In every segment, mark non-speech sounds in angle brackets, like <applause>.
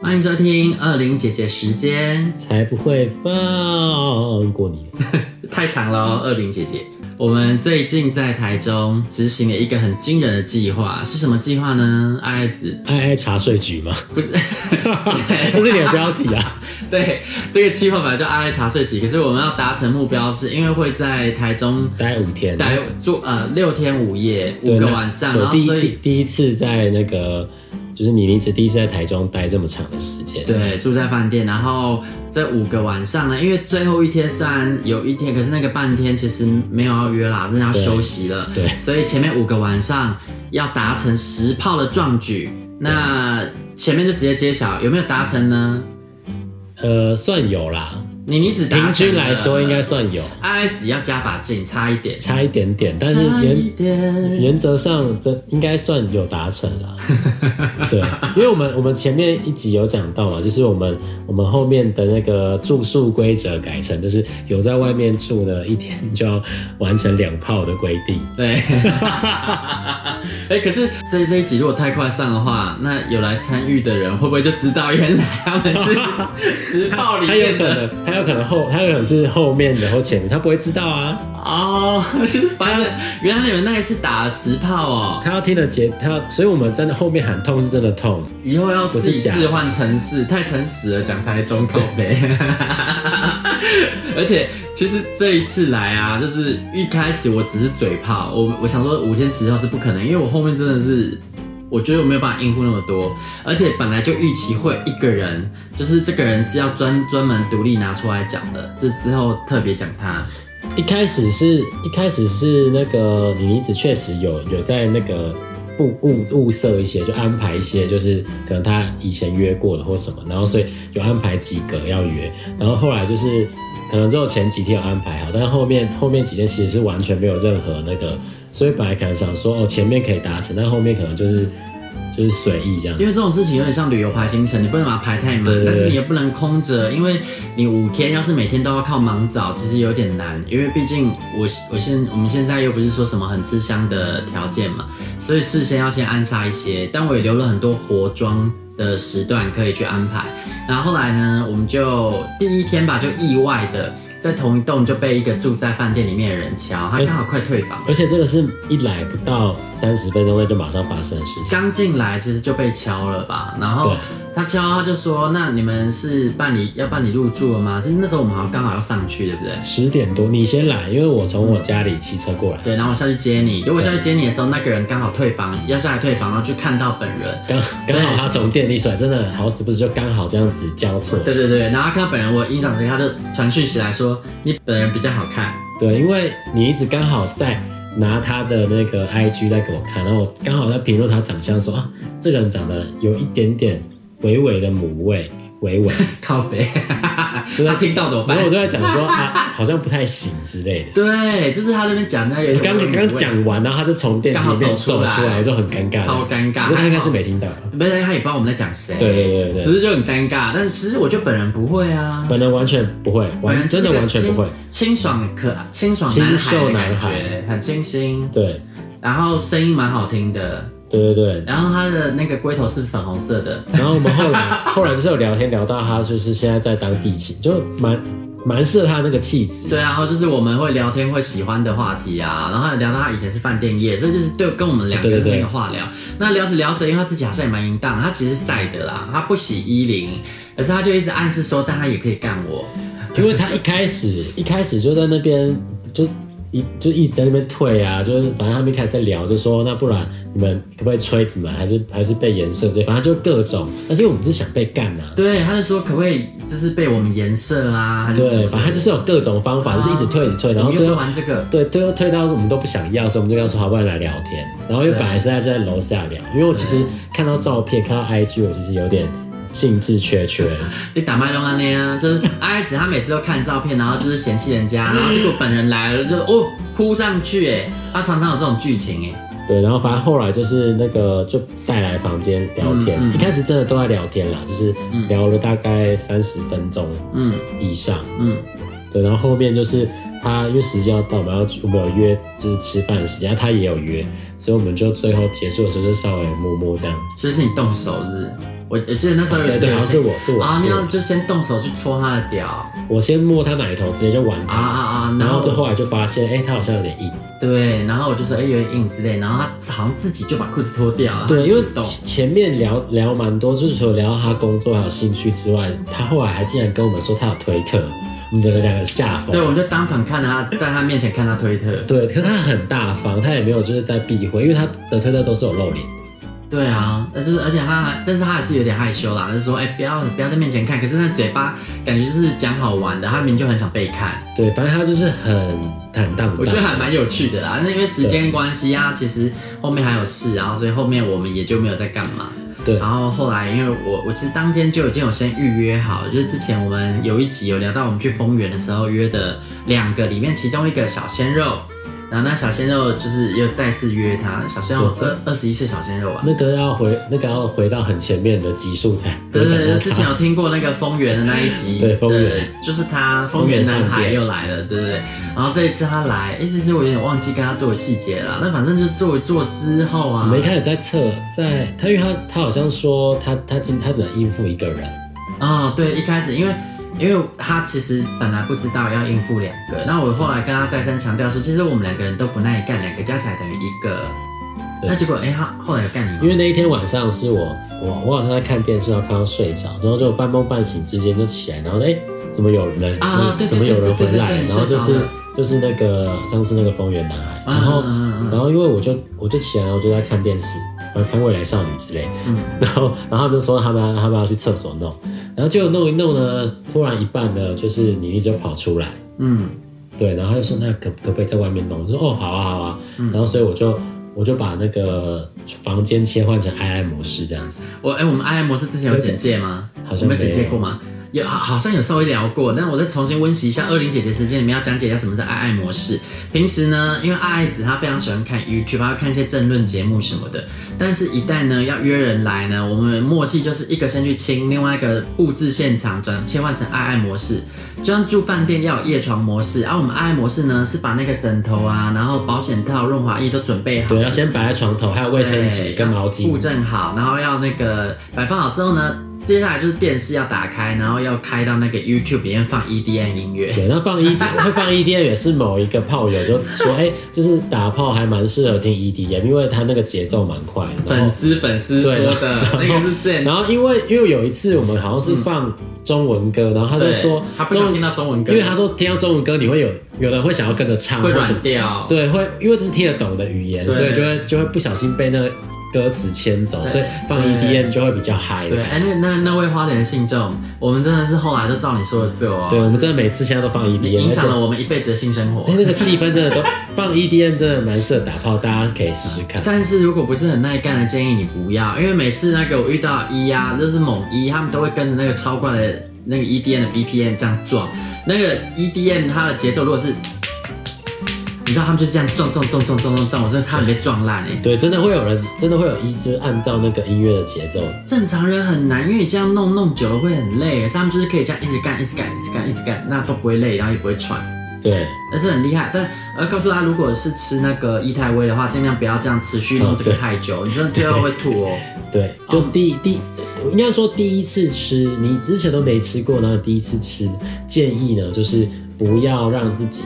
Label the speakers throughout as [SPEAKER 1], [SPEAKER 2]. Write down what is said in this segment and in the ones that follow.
[SPEAKER 1] 欢迎收听二零姐姐时间，
[SPEAKER 2] 才不会放过你。
[SPEAKER 1] 太长了哦，二零姐姐。我们最近在台中执行了一个很惊人的计划，是什么计划呢？爱爱子
[SPEAKER 2] 爱爱茶税局
[SPEAKER 1] <laughs>
[SPEAKER 2] 吗？
[SPEAKER 1] 不是，
[SPEAKER 2] 这是你的标题啊！
[SPEAKER 1] 对，这个计划本来叫爱爱茶睡起，可是我们要达成目标，是因为会在台中
[SPEAKER 2] 待五天，
[SPEAKER 1] 待住呃六天五夜，
[SPEAKER 2] 对
[SPEAKER 1] 五个
[SPEAKER 2] 那
[SPEAKER 1] 晚上，
[SPEAKER 2] 我
[SPEAKER 1] 然后
[SPEAKER 2] 第
[SPEAKER 1] 所
[SPEAKER 2] 一第
[SPEAKER 1] 以
[SPEAKER 2] 第一次在那个，就是你离职第一次在台中待这么长的时间。，
[SPEAKER 1] 对住在饭店，然后这五个晚上呢，因为最后一天虽然有一天，可是那个半天其实没有要约啦，真的要
[SPEAKER 2] 对
[SPEAKER 1] 休息了，
[SPEAKER 2] 对
[SPEAKER 1] 所以前面五个晚上要达成十炮的壮举，那前面就直接揭晓有没有达成呢？
[SPEAKER 2] 呃，算有啦，
[SPEAKER 1] 你你只达成
[SPEAKER 2] 平均来
[SPEAKER 1] 了
[SPEAKER 2] 说应该算有，
[SPEAKER 1] 爱爱子要加把劲，差一点，
[SPEAKER 2] 差一点点，但是
[SPEAKER 1] 差一
[SPEAKER 2] 原
[SPEAKER 1] 点。
[SPEAKER 2] 原则上这应该算有达成了。 <laughs> 对，因为我们我们前面一集有讲到嘛，就是我们我们后面的那个住宿规则改成，就是有在外面住的一天就要完成两炮的规定。
[SPEAKER 1] 对， <laughs> 哎、可是这这一集如果太快上的话，那有来参与的人会不会就知道原来他们是十炮里
[SPEAKER 2] 他有
[SPEAKER 1] 面
[SPEAKER 2] 可
[SPEAKER 1] 的
[SPEAKER 2] 能，他有可能后，他有可能是后面的或前面，他不会知道啊。
[SPEAKER 1] 哦？ <laughs> 就是反正原来你们那一次打了十炮哦，
[SPEAKER 2] 他要听得结，他要，所以我们真的后面喊痛是真的痛。
[SPEAKER 1] 以后要自己
[SPEAKER 2] 不是假的
[SPEAKER 1] 置换城市，太诚实了，讲台中口碑。 <laughs> 而且其实这一次来啊，就是一开始我只是嘴炮，我我想说五天十炮是不可能，因为我后面真的是。我觉得我没有办法应付那么多，而且本来就预期会有一个人，就是这个人是要专专门独立拿出来讲的，就之后特别讲他。
[SPEAKER 2] 一开始是一开始是那个你妮子确实有有在那个布物物色一些，就安排一些，就是可能他以前约过的或什么，然后所以有安排几个要约，然后后来就是可能只有前几天有安排好，但后面后面几天其实是完全没有任何那个，所以本来可能想说哦前面可以达成，但后面可能就是就是随意这样
[SPEAKER 1] 因。为这种事情有点像旅游排行程，你不能把它排太满
[SPEAKER 2] 对，对对
[SPEAKER 1] 但是你也不能空着，因为你五天要是每天都要靠忙找，其实有点难，因为毕竟我我现我们现在又不是说什么很吃香的条件嘛，所以事先要先安插一些，但我也留了很多活装的时段可以去安排。然后后来呢，我们就第一天吧，就意外的在同一栋就被一个住在饭店里面的人敲，
[SPEAKER 2] 哎
[SPEAKER 1] 他刚好快退房了。
[SPEAKER 2] 而且这个是一来不到三十分钟内就马上发生的事情。
[SPEAKER 1] 刚进来其实就被敲了吧，然后
[SPEAKER 2] 对
[SPEAKER 1] 他敲他就说：“那你们是办理要办理入住了吗？”就是那时候我们好像刚好要上去，对不对？
[SPEAKER 2] 十点多，你先来，因为我从我家里骑车过来，
[SPEAKER 1] 对，然后我下去接你。如果下去接你的时候，那个人刚好退房，要下来退房，然后就看到本人。
[SPEAKER 2] 刚
[SPEAKER 1] 对
[SPEAKER 2] 刚好他从店里出来，真的好死不死就刚好这样子交错。
[SPEAKER 1] 对对对，然后他看到本人，我印象深刻，他就传讯息来说：“你本人比较好看。 <laughs>
[SPEAKER 2] 对，因为你一直刚好在拿他的那个 IG 在给我看，然后我刚好在评论他长相说，啊，这个人长得有一点点微微的母味，
[SPEAKER 1] <laughs>
[SPEAKER 2] 微微。”
[SPEAKER 1] 靠北，
[SPEAKER 2] <laughs> 就在
[SPEAKER 1] 他听到怎么
[SPEAKER 2] 然
[SPEAKER 1] 办
[SPEAKER 2] 后我？就在讲说啊，好像不太行之类的。
[SPEAKER 1] 对，就是他那边讲那个有
[SPEAKER 2] 我
[SPEAKER 1] 点
[SPEAKER 2] 刚
[SPEAKER 1] 微微
[SPEAKER 2] 刚讲完，然后他就从店里
[SPEAKER 1] 刚好
[SPEAKER 2] 面
[SPEAKER 1] 走出
[SPEAKER 2] 走
[SPEAKER 1] 来
[SPEAKER 2] 出来，我就很尴尬，
[SPEAKER 1] 超尴尬
[SPEAKER 2] 因为他应该是没听到。
[SPEAKER 1] 没人，他也不知道我们在讲谁。
[SPEAKER 2] 对对对对
[SPEAKER 1] 只是就很尴尬。但其实我觉得本人不会啊，
[SPEAKER 2] 本人完全不会，
[SPEAKER 1] 本
[SPEAKER 2] 完
[SPEAKER 1] 人就是
[SPEAKER 2] 真
[SPEAKER 1] 哎个
[SPEAKER 2] 的完全不会。
[SPEAKER 1] 清，清爽可清爽男孩的感
[SPEAKER 2] 清秀男
[SPEAKER 1] 觉
[SPEAKER 2] 孩，
[SPEAKER 1] 很清新，
[SPEAKER 2] 对
[SPEAKER 1] 然后声音蛮好听的，
[SPEAKER 2] 对对对。
[SPEAKER 1] 然后他的那个龟头是粉红色的，
[SPEAKER 2] 然后我们后来后来就是有聊天聊到他，就是现在在当地勤，就蛮蛮适合他那个气质。
[SPEAKER 1] 对啊，然后就是我们会聊天会喜欢的话题啊，然后还有聊到他以前是饭店业，所以就是对跟我们两个
[SPEAKER 2] 对
[SPEAKER 1] 人
[SPEAKER 2] 对对
[SPEAKER 1] 那个话聊。那聊着聊着，因为他自己好像也蛮淫荡，他其实是晒的啦，他不洗衣领，可是他就一直暗示说，但他也可以干我。
[SPEAKER 2] 因为他一开始一开始就在那边就一就一直在那边退啊，就是反正他们一开始在聊，就说那不然你们可不可以吹你们，还是还是被颜色这些，反正就各种。但是我们是想被干啊，
[SPEAKER 1] 对，他就说可不可以就是被我们颜色啊，还是什
[SPEAKER 2] 对，
[SPEAKER 1] 么
[SPEAKER 2] 反正他
[SPEAKER 1] 的？
[SPEAKER 2] 就是有各种方法，就是一直退一直退，然
[SPEAKER 1] 我
[SPEAKER 2] 后
[SPEAKER 1] 们
[SPEAKER 2] 最
[SPEAKER 1] 啊又不
[SPEAKER 2] 后
[SPEAKER 1] 玩这个，
[SPEAKER 2] 对，最后退到我们都不想要，所以我们就跟他说好，不然来聊天。然后又
[SPEAKER 1] 对
[SPEAKER 2] 本来是在在楼下聊，因为我其实看到照片、看到 IG，我其实有点兴致缺
[SPEAKER 1] <laughs>
[SPEAKER 2] 缺。
[SPEAKER 1] 你打麦当安那样，啊就是 <laughs> 阿爱子，他每次都看照片，然后就是嫌弃人
[SPEAKER 2] <laughs>
[SPEAKER 1] 家，然后结果本人来了就哦扑上去，哎，他常常有这种剧情，哎，
[SPEAKER 2] 对，然后反正后来就是那个就带来房间聊天，
[SPEAKER 1] 嗯嗯
[SPEAKER 2] 一开始真的都在聊天啦，就是聊了大概三十分钟
[SPEAKER 1] 嗯
[SPEAKER 2] 以上。
[SPEAKER 1] 嗯，
[SPEAKER 2] 对，然后后面就是他因为时间要到，我们要去我们有约就是吃饭的时间，他也有约，所以我们就最后结束的时候就稍微摸摸这样。
[SPEAKER 1] 所以是你动手日，我我记得那时候有
[SPEAKER 2] 对对，
[SPEAKER 1] 有
[SPEAKER 2] 好像是
[SPEAKER 1] 些
[SPEAKER 2] 我是我
[SPEAKER 1] 啊，
[SPEAKER 2] 是
[SPEAKER 1] 你
[SPEAKER 2] 我
[SPEAKER 1] 要就先动手去戳他的屌啊
[SPEAKER 2] 我先摸他奶头，直接就玩
[SPEAKER 1] 啊
[SPEAKER 2] 他，
[SPEAKER 1] 啊，
[SPEAKER 2] 然
[SPEAKER 1] 然
[SPEAKER 2] 后就
[SPEAKER 1] 后
[SPEAKER 2] 后来就发现，哎、他好像有点硬。
[SPEAKER 1] 对，然后我就说哎有点硬之类，然后他好像自己就把裤子脱掉了，
[SPEAKER 2] 对，因为
[SPEAKER 1] 他自己动
[SPEAKER 2] 前前面聊聊蛮多，就是除了聊到他工作还有兴趣之外，他后来还竟然跟我们说他有推特，我们整个两个吓疯。
[SPEAKER 1] 对，我们就当场看他，在他面前看他推特，
[SPEAKER 2] 对，可是他很大方，他也没有就是在避讳，因为他的推特都是有露脸。
[SPEAKER 1] 对啊，那就是而且他还，但是他还是有点害羞啦，就是说，哎、不要不要在面前看，可是那嘴巴感觉就是讲好玩的，他明明就很想被看，
[SPEAKER 2] 对，反正他就是很坦荡荡。
[SPEAKER 1] 我觉得还蛮有趣的啦。但是因为时间关系啊，其实后面还有事，然后所以后面我们也就没有在干嘛。
[SPEAKER 2] 对
[SPEAKER 1] 然后后来，因为我我其实当天就已经有先预约好，就是之前我们有一集有聊到我们去丰原的时候约的两个，里面其中一个小鲜肉，然后那小鲜肉就是又再次约他，小鲜肉
[SPEAKER 2] 对
[SPEAKER 1] 二二十一岁小鲜肉啊，
[SPEAKER 2] 那个要回那个要回到很前面的集数才
[SPEAKER 1] 对对对，
[SPEAKER 2] 能
[SPEAKER 1] 之
[SPEAKER 2] 讲到
[SPEAKER 1] 前有听过那个丰原的那一集，
[SPEAKER 2] <laughs> 对丰原
[SPEAKER 1] 就是他丰原男孩又来了，对不对？然后这一次他来，哎、其实我有点忘记跟他做的细节了啦，那反正就做一做之后
[SPEAKER 2] 我
[SPEAKER 1] 啊，
[SPEAKER 2] 们一开始在测，在他因为他他好像说他他今他只能应付一个人。
[SPEAKER 1] 哦，对，一开始因为因为他其实本来不知道要应付两个，那我后来跟他再三强调说，其实我们两个人都不耐干，两个加起来等于一个。
[SPEAKER 2] 对
[SPEAKER 1] 那结果，哎、他后来有干你吗？
[SPEAKER 2] 因为那一天晚上是我我我好像在看电视，然后看到睡着，然后就半梦半醒之间就起来，然后哎、诶怎么有人
[SPEAKER 1] 啊对对
[SPEAKER 2] 怎么有人回来
[SPEAKER 1] 对对对对对？
[SPEAKER 2] 然后就
[SPEAKER 1] 你睡
[SPEAKER 2] 是
[SPEAKER 1] 着了
[SPEAKER 2] 就是那个上次那个丰原男孩，
[SPEAKER 1] 嗯
[SPEAKER 2] 然后
[SPEAKER 1] 嗯嗯嗯
[SPEAKER 2] 然后因为我就我就起来，然后我就在看电视，然后看未来少女之类，
[SPEAKER 1] 嗯
[SPEAKER 2] 然后然后他们就说他们要他们要去厕所弄，然后结果弄一弄呢，突然一半呢就是妮妮就跑出来，
[SPEAKER 1] 嗯
[SPEAKER 2] 对，然后他就说那可可不可以在外面弄？我说哦，好啊，好啊。
[SPEAKER 1] 嗯
[SPEAKER 2] 然后所以我就我就把那个房间切换成 I I 模式这样子。
[SPEAKER 1] 我哎、我们 I M 模式之前有简介吗？
[SPEAKER 2] 好像
[SPEAKER 1] 我们简介
[SPEAKER 2] 没有
[SPEAKER 1] 过吗？有，好好像有稍微聊过，但我再重新温习一下。二零姐姐时间里面要讲解一下什么是爱爱模式。平时呢，因为爱爱子她非常喜欢看 YouTube，她会看一些政论节目什么的。但是，一旦呢要约人来呢，我们默契就是一个先去亲，另外一个布置现场，转切换成爱爱模式。就像住饭店要有夜床模式，而、啊我们爱爱模式呢是把那个枕头啊，然后保险套、润滑液都准备好，
[SPEAKER 2] 对，要先摆在床头，还有卫生纸
[SPEAKER 1] 对
[SPEAKER 2] 跟毛
[SPEAKER 1] 要布
[SPEAKER 2] 巾。
[SPEAKER 1] 正好，然后要那个摆放好之后呢，接下来就是电视要打开，然后要开到那个 YouTube 里面放 EDM 音乐。
[SPEAKER 2] 对，那放 E 会放 EDM 也是某一个炮友就说，哎、就是打炮还蛮适合听 EDM，因为他那个节奏蛮快的。
[SPEAKER 1] 粉
[SPEAKER 2] 然后
[SPEAKER 1] 丝粉丝说
[SPEAKER 2] 对啊
[SPEAKER 1] 的
[SPEAKER 2] 然后
[SPEAKER 1] 那个是正，
[SPEAKER 2] 然后因为因为有一次我们好像是放中文歌，然后他就
[SPEAKER 1] 嗯对
[SPEAKER 2] 说
[SPEAKER 1] 他不想听到中文歌，
[SPEAKER 2] 因为他说听到中文歌你会有有人会想要跟着唱，
[SPEAKER 1] 会
[SPEAKER 2] 或什么
[SPEAKER 1] 软掉。
[SPEAKER 2] 对，会因为这是听得懂的语言，
[SPEAKER 1] 哦对
[SPEAKER 2] 所以就会就会不小心被那个歌词牵走，
[SPEAKER 1] 对
[SPEAKER 2] 所以放
[SPEAKER 1] 对
[SPEAKER 2] EDM 就会比较嗨的
[SPEAKER 1] 对，
[SPEAKER 2] 感
[SPEAKER 1] 哎，
[SPEAKER 2] 觉。
[SPEAKER 1] 那那那位花莲的信众，我们真的是后来都照你说的做哦。
[SPEAKER 2] 对，我们真的每次现在都放
[SPEAKER 1] 你
[SPEAKER 2] EDM，
[SPEAKER 1] 影响了
[SPEAKER 2] 而
[SPEAKER 1] 我们一辈子的性生活
[SPEAKER 2] 且哎、。那个气氛真的
[SPEAKER 1] <laughs>
[SPEAKER 2] 都放 EDM 真的蛮适合打炮，大家可以试试看。
[SPEAKER 1] 但是如果不是很耐干的，建议你不要，因为每次那个我遇到一啊，就是猛一，他们都会跟着那个超快的那个 EDM 的 BPM 这样撞，那个 EDM 它的节奏如果是，你知道他们就是这样撞撞撞撞撞撞撞，我真的差点被撞烂哎、
[SPEAKER 2] 对，真的会有人，真的会有一就是按照那个音乐的节奏。
[SPEAKER 1] 正常人很难，因为你这样弄弄久了会很累，可是他们就是可以这样一直干一直干一直干一直干，那都不会累，然后也不会喘。
[SPEAKER 2] 对，
[SPEAKER 1] 但是很厉害，但呃，告诉大家，如果是吃那个伊泰威的话，尽量不要这样持续弄这个
[SPEAKER 2] 哦对
[SPEAKER 1] 太久，你真的最后会吐哦。
[SPEAKER 2] 对，就第、第，应该说第一次吃，你之前都没吃过，然后第一次吃，建议呢就是不要让自己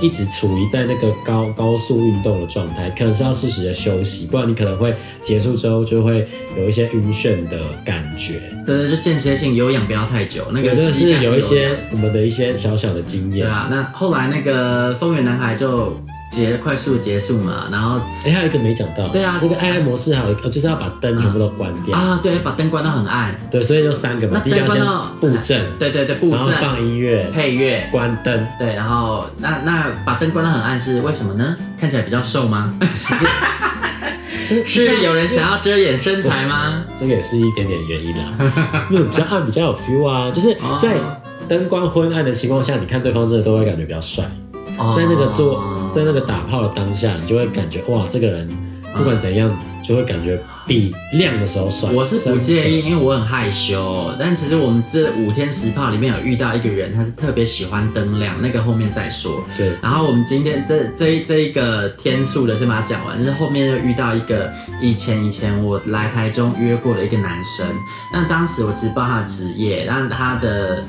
[SPEAKER 2] 一直处于在那个高高速运动的状态，可能是要适时的休息，不然你可能会结束之后就会有一些晕眩的感觉。
[SPEAKER 1] 对对，就间歇性有氧不要太久，那
[SPEAKER 2] 我
[SPEAKER 1] 个
[SPEAKER 2] 真的
[SPEAKER 1] 肌
[SPEAKER 2] 是
[SPEAKER 1] 感
[SPEAKER 2] 有一
[SPEAKER 1] 氧
[SPEAKER 2] 些我们的一些小小的经
[SPEAKER 1] 对
[SPEAKER 2] 验。
[SPEAKER 1] 啊。那后来那个风原男孩就结快速结束嘛，然后
[SPEAKER 2] 哎、还有一个没讲到，
[SPEAKER 1] 对啊
[SPEAKER 2] 那个爱爱模式还有一个呃就是要把灯全部都关掉，
[SPEAKER 1] 啊，对，把灯关到很暗，
[SPEAKER 2] 对，所以就三个嘛，
[SPEAKER 1] 那
[SPEAKER 2] 第一个
[SPEAKER 1] 灯
[SPEAKER 2] 要
[SPEAKER 1] 关
[SPEAKER 2] 先
[SPEAKER 1] 到
[SPEAKER 2] 布阵，
[SPEAKER 1] 对对对，布
[SPEAKER 2] 然后
[SPEAKER 1] 阵
[SPEAKER 2] 放音乐，
[SPEAKER 1] 配乐。
[SPEAKER 2] 关灯，
[SPEAKER 1] 对，然后那那把灯关到很暗是为什么呢？看起来比较瘦吗？
[SPEAKER 2] <laughs>
[SPEAKER 1] 是啊有人想要遮掩身材吗？
[SPEAKER 2] 这个也是一点点原因啦，因为比较暗比较有 feel 啊，就是在
[SPEAKER 1] 哦
[SPEAKER 2] 灯光昏暗的情况下，你看对方真的都会感觉比较帅，
[SPEAKER 1] 哦
[SPEAKER 2] <laughs> 在那个做在那个打炮的当下，你就会感觉哇，这个人不管怎样就会感觉比亮的时候帅。
[SPEAKER 1] 我是不介
[SPEAKER 2] 意，
[SPEAKER 1] 意，因为我很害羞。但其实我们这五天十炮里面有遇到一个人，他是特别喜欢灯亮，那个后面再说。
[SPEAKER 2] 对，
[SPEAKER 1] 然后我们今天这这一这一个天数的先把它讲完，就是后面又遇到一个以前以前我来台中约过的一个男生，那当时我只知道他的职业，但他的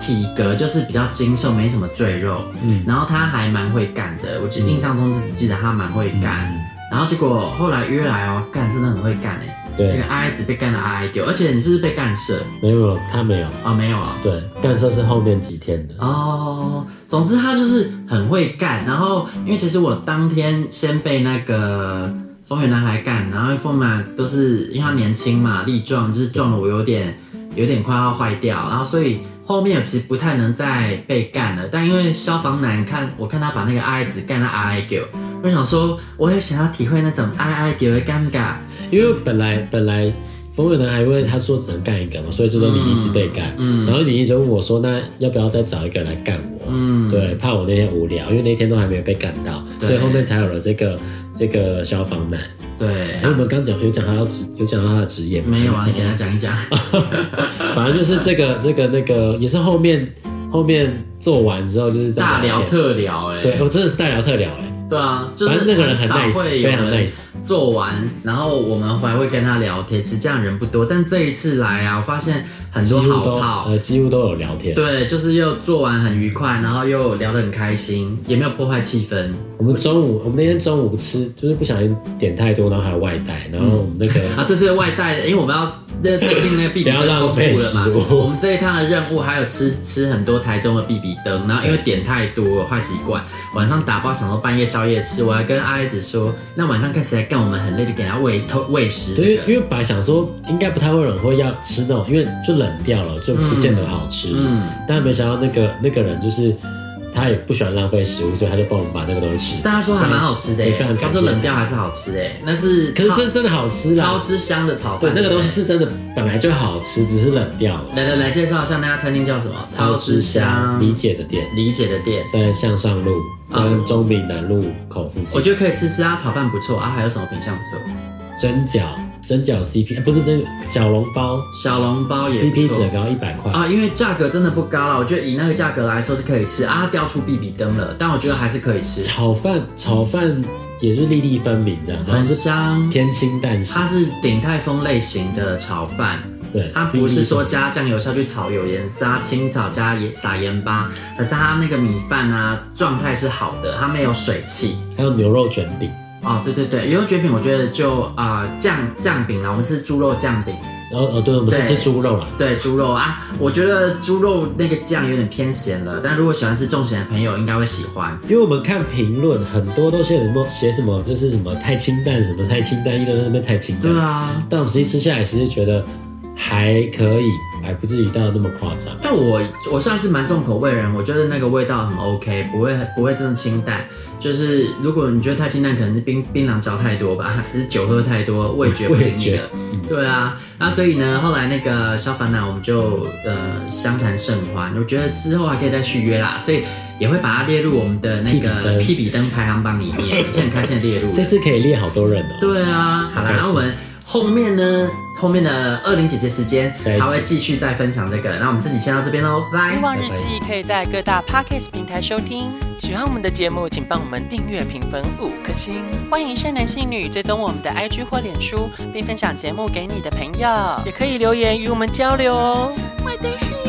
[SPEAKER 1] 体格就是比较精瘦，没什么赘肉，
[SPEAKER 2] 嗯，
[SPEAKER 1] 然后他还蛮会干的，我记印象中就只记得他蛮会干，然后结果后来约来哦，干真的很会干哎、那
[SPEAKER 2] 对
[SPEAKER 1] 个，阿子被干的阿爱丢，而且你是不是被干射？
[SPEAKER 2] 没有他没有，
[SPEAKER 1] 哦，没有啊、
[SPEAKER 2] 对，干涉是后面几天的，
[SPEAKER 1] 哦，总之他就是很会干。然后因为其实我当天先被那个呃风原男孩干，然后风马都是因为他年轻嘛，力壮，就是撞的我有点有点快要坏掉，然后所以。后面其实不太能再被干了，但因为消防男看我看他把那个阿爱子干到阿爱狗，我想说我也想要体会那种阿爱狗的尴尬，
[SPEAKER 2] 因为本来本来风味男孩因为他说只能干一个嘛，所以就说你一直被干，
[SPEAKER 1] 嗯
[SPEAKER 2] 然后你一直问我说，那要不要再找一个人来干我？啊
[SPEAKER 1] 嗯，
[SPEAKER 2] 对，怕我那天无聊，因为那天都还没有被赶到，
[SPEAKER 1] 对
[SPEAKER 2] 所以后面才有了这个这个消防男。
[SPEAKER 1] 对
[SPEAKER 2] 哎、，我们刚讲有讲他要职，有讲到他的职业吗？
[SPEAKER 1] 没有啊，你给他讲一讲，
[SPEAKER 2] <laughs> 反正就是这个这个那个，也是后面后面做完之后就是在
[SPEAKER 1] 大聊
[SPEAKER 2] 天，
[SPEAKER 1] 特聊哎、
[SPEAKER 2] 对我真的是大聊特聊哎、
[SPEAKER 1] 对啊，就
[SPEAKER 2] 反
[SPEAKER 1] 是
[SPEAKER 2] 正那个人很
[SPEAKER 1] 少
[SPEAKER 2] nice，
[SPEAKER 1] 会有
[SPEAKER 2] 非常
[SPEAKER 1] 人
[SPEAKER 2] nice
[SPEAKER 1] 做完，然后我们还会跟他聊天。其实这样人不多，但这一次来啊，我发现很
[SPEAKER 2] 几
[SPEAKER 1] 多
[SPEAKER 2] 乎
[SPEAKER 1] 好
[SPEAKER 2] 都
[SPEAKER 1] 炮。
[SPEAKER 2] 呃几乎都有聊天。
[SPEAKER 1] 对，就是又做完很愉快，然后又聊得很开心，也没有破坏气氛。
[SPEAKER 2] 我们中午我们那天中午吃就是不小心点太多，然后还有外带，然后我们那
[SPEAKER 1] <laughs>
[SPEAKER 2] 个、
[SPEAKER 1] 啊，对对，外带的，因为我们要那最近那个必比
[SPEAKER 2] 嗯不
[SPEAKER 1] 登
[SPEAKER 2] 要
[SPEAKER 1] 公
[SPEAKER 2] 浪
[SPEAKER 1] 布
[SPEAKER 2] 费
[SPEAKER 1] 了嘛
[SPEAKER 2] 食，物
[SPEAKER 1] <laughs> 我们这一趟的任务还有吃吃很多台中的必比登，然后因为点太多坏习惯，晚上打包想说半夜宵夜吃，我还跟阿姨子说，那晚上看谁来干我们很累，就给他喂偷喂食
[SPEAKER 2] 对，
[SPEAKER 1] 这
[SPEAKER 2] 因
[SPEAKER 1] 个
[SPEAKER 2] 为。因为本来想说应该不太会有人会要吃那种，因为就冷掉了，就不见得好吃。
[SPEAKER 1] 嗯，
[SPEAKER 2] 但没想到那个那个人就是他也不喜欢浪费食物，所以他就帮我们把那个东西吃。
[SPEAKER 1] 大家说还蛮好吃的
[SPEAKER 2] 对非
[SPEAKER 1] 耶
[SPEAKER 2] 常，
[SPEAKER 1] 他
[SPEAKER 2] 感谢
[SPEAKER 1] 说冷掉还是好吃的耶，那是
[SPEAKER 2] 可是这真的好吃
[SPEAKER 1] 超
[SPEAKER 2] 啦，
[SPEAKER 1] 之香的啊炒
[SPEAKER 2] 对
[SPEAKER 1] 饭，，
[SPEAKER 2] 那个东西是真的本来就好吃，只是冷掉了。
[SPEAKER 1] 来来来，介绍一下那家餐厅叫什么？超之香
[SPEAKER 2] 理解的店
[SPEAKER 1] 理解的店，
[SPEAKER 2] 在向上路跟中闽南路口附
[SPEAKER 1] 我
[SPEAKER 2] 近，
[SPEAKER 1] 觉得可以吃吃啊，炒饭不错啊，还有什么品相不错？
[SPEAKER 2] 蒸饺蒸饺 CP 呃不是蒸小笼包
[SPEAKER 1] 小笼包也不
[SPEAKER 2] CP 值
[SPEAKER 1] 错
[SPEAKER 2] 很高一百块，
[SPEAKER 1] 啊，因为价格真的不高了，我觉得以那个价格来说是可以吃啊，它掉出比比登了，但我觉得还是可以吃，
[SPEAKER 2] 炒饭炒饭也是粒粒分明这样，
[SPEAKER 1] 嗯
[SPEAKER 2] 然
[SPEAKER 1] 很
[SPEAKER 2] 后是
[SPEAKER 1] 香。
[SPEAKER 2] 偏清淡型
[SPEAKER 1] 它，是鼎泰丰类型的炒饭，
[SPEAKER 2] 对，
[SPEAKER 1] 它不是说加酱油下去炒有盐撒清炒加盐撒盐巴，可是它那个米饭啊状态是好的，它没有水汽。
[SPEAKER 2] 还有牛肉卷饼，
[SPEAKER 1] 哦，对对对，牛肉卷饼我觉得就啊酱酱饼啊，我们是猪肉酱饼，
[SPEAKER 2] 然后哦对，我们是
[SPEAKER 1] 对
[SPEAKER 2] 吃猪肉啦，
[SPEAKER 1] 对猪肉啊，我觉得猪肉那个酱有点偏咸了，但如果喜欢吃重咸的朋友应该会喜欢。
[SPEAKER 2] 因为我们看评论很多都写什么写什么就是什么太清淡，什么太清淡，一顿那边太清淡
[SPEAKER 1] 对，啊，
[SPEAKER 2] 但我们实际吃下来，其实觉得还可以，还不至于到那么夸张。
[SPEAKER 1] 但我我算是蛮重口味的人，我觉得那个味道很 OK，不会不会真的清淡。就是如果你觉得太清淡，可能是槟槟榔嚼太多吧，就是酒喝太多，味觉不灵敏
[SPEAKER 2] <laughs> 味
[SPEAKER 1] 了
[SPEAKER 2] 觉。嗯
[SPEAKER 1] 对啊，那所以呢，后来那个消防男我们就呃相谈甚欢，我觉得之后还可以再续约啦，所以也会把它列入我们的那个
[SPEAKER 2] 屁
[SPEAKER 1] 屁比登排行榜里面，而且很开心的列入。
[SPEAKER 2] <laughs> 这次可以列好多人哦。
[SPEAKER 1] 对啊，好啦，
[SPEAKER 2] 开始
[SPEAKER 1] 那我们后面呢，后面的二零姐姐时间
[SPEAKER 2] 下一集
[SPEAKER 1] 还会继续再分享这个，那我们自己先到这边喽，拜
[SPEAKER 3] 欲。望
[SPEAKER 2] 拜
[SPEAKER 3] 日
[SPEAKER 2] 拜
[SPEAKER 3] 记可以在各大 podcast 平台收听。喜欢我们的节目，请帮我们订阅、评分五颗星。欢迎善男信女追踪我们的 IG 或脸书，并分享节目给你的朋友，也可以留言与我们交流哦。
[SPEAKER 4] 我的世
[SPEAKER 3] 嗯 e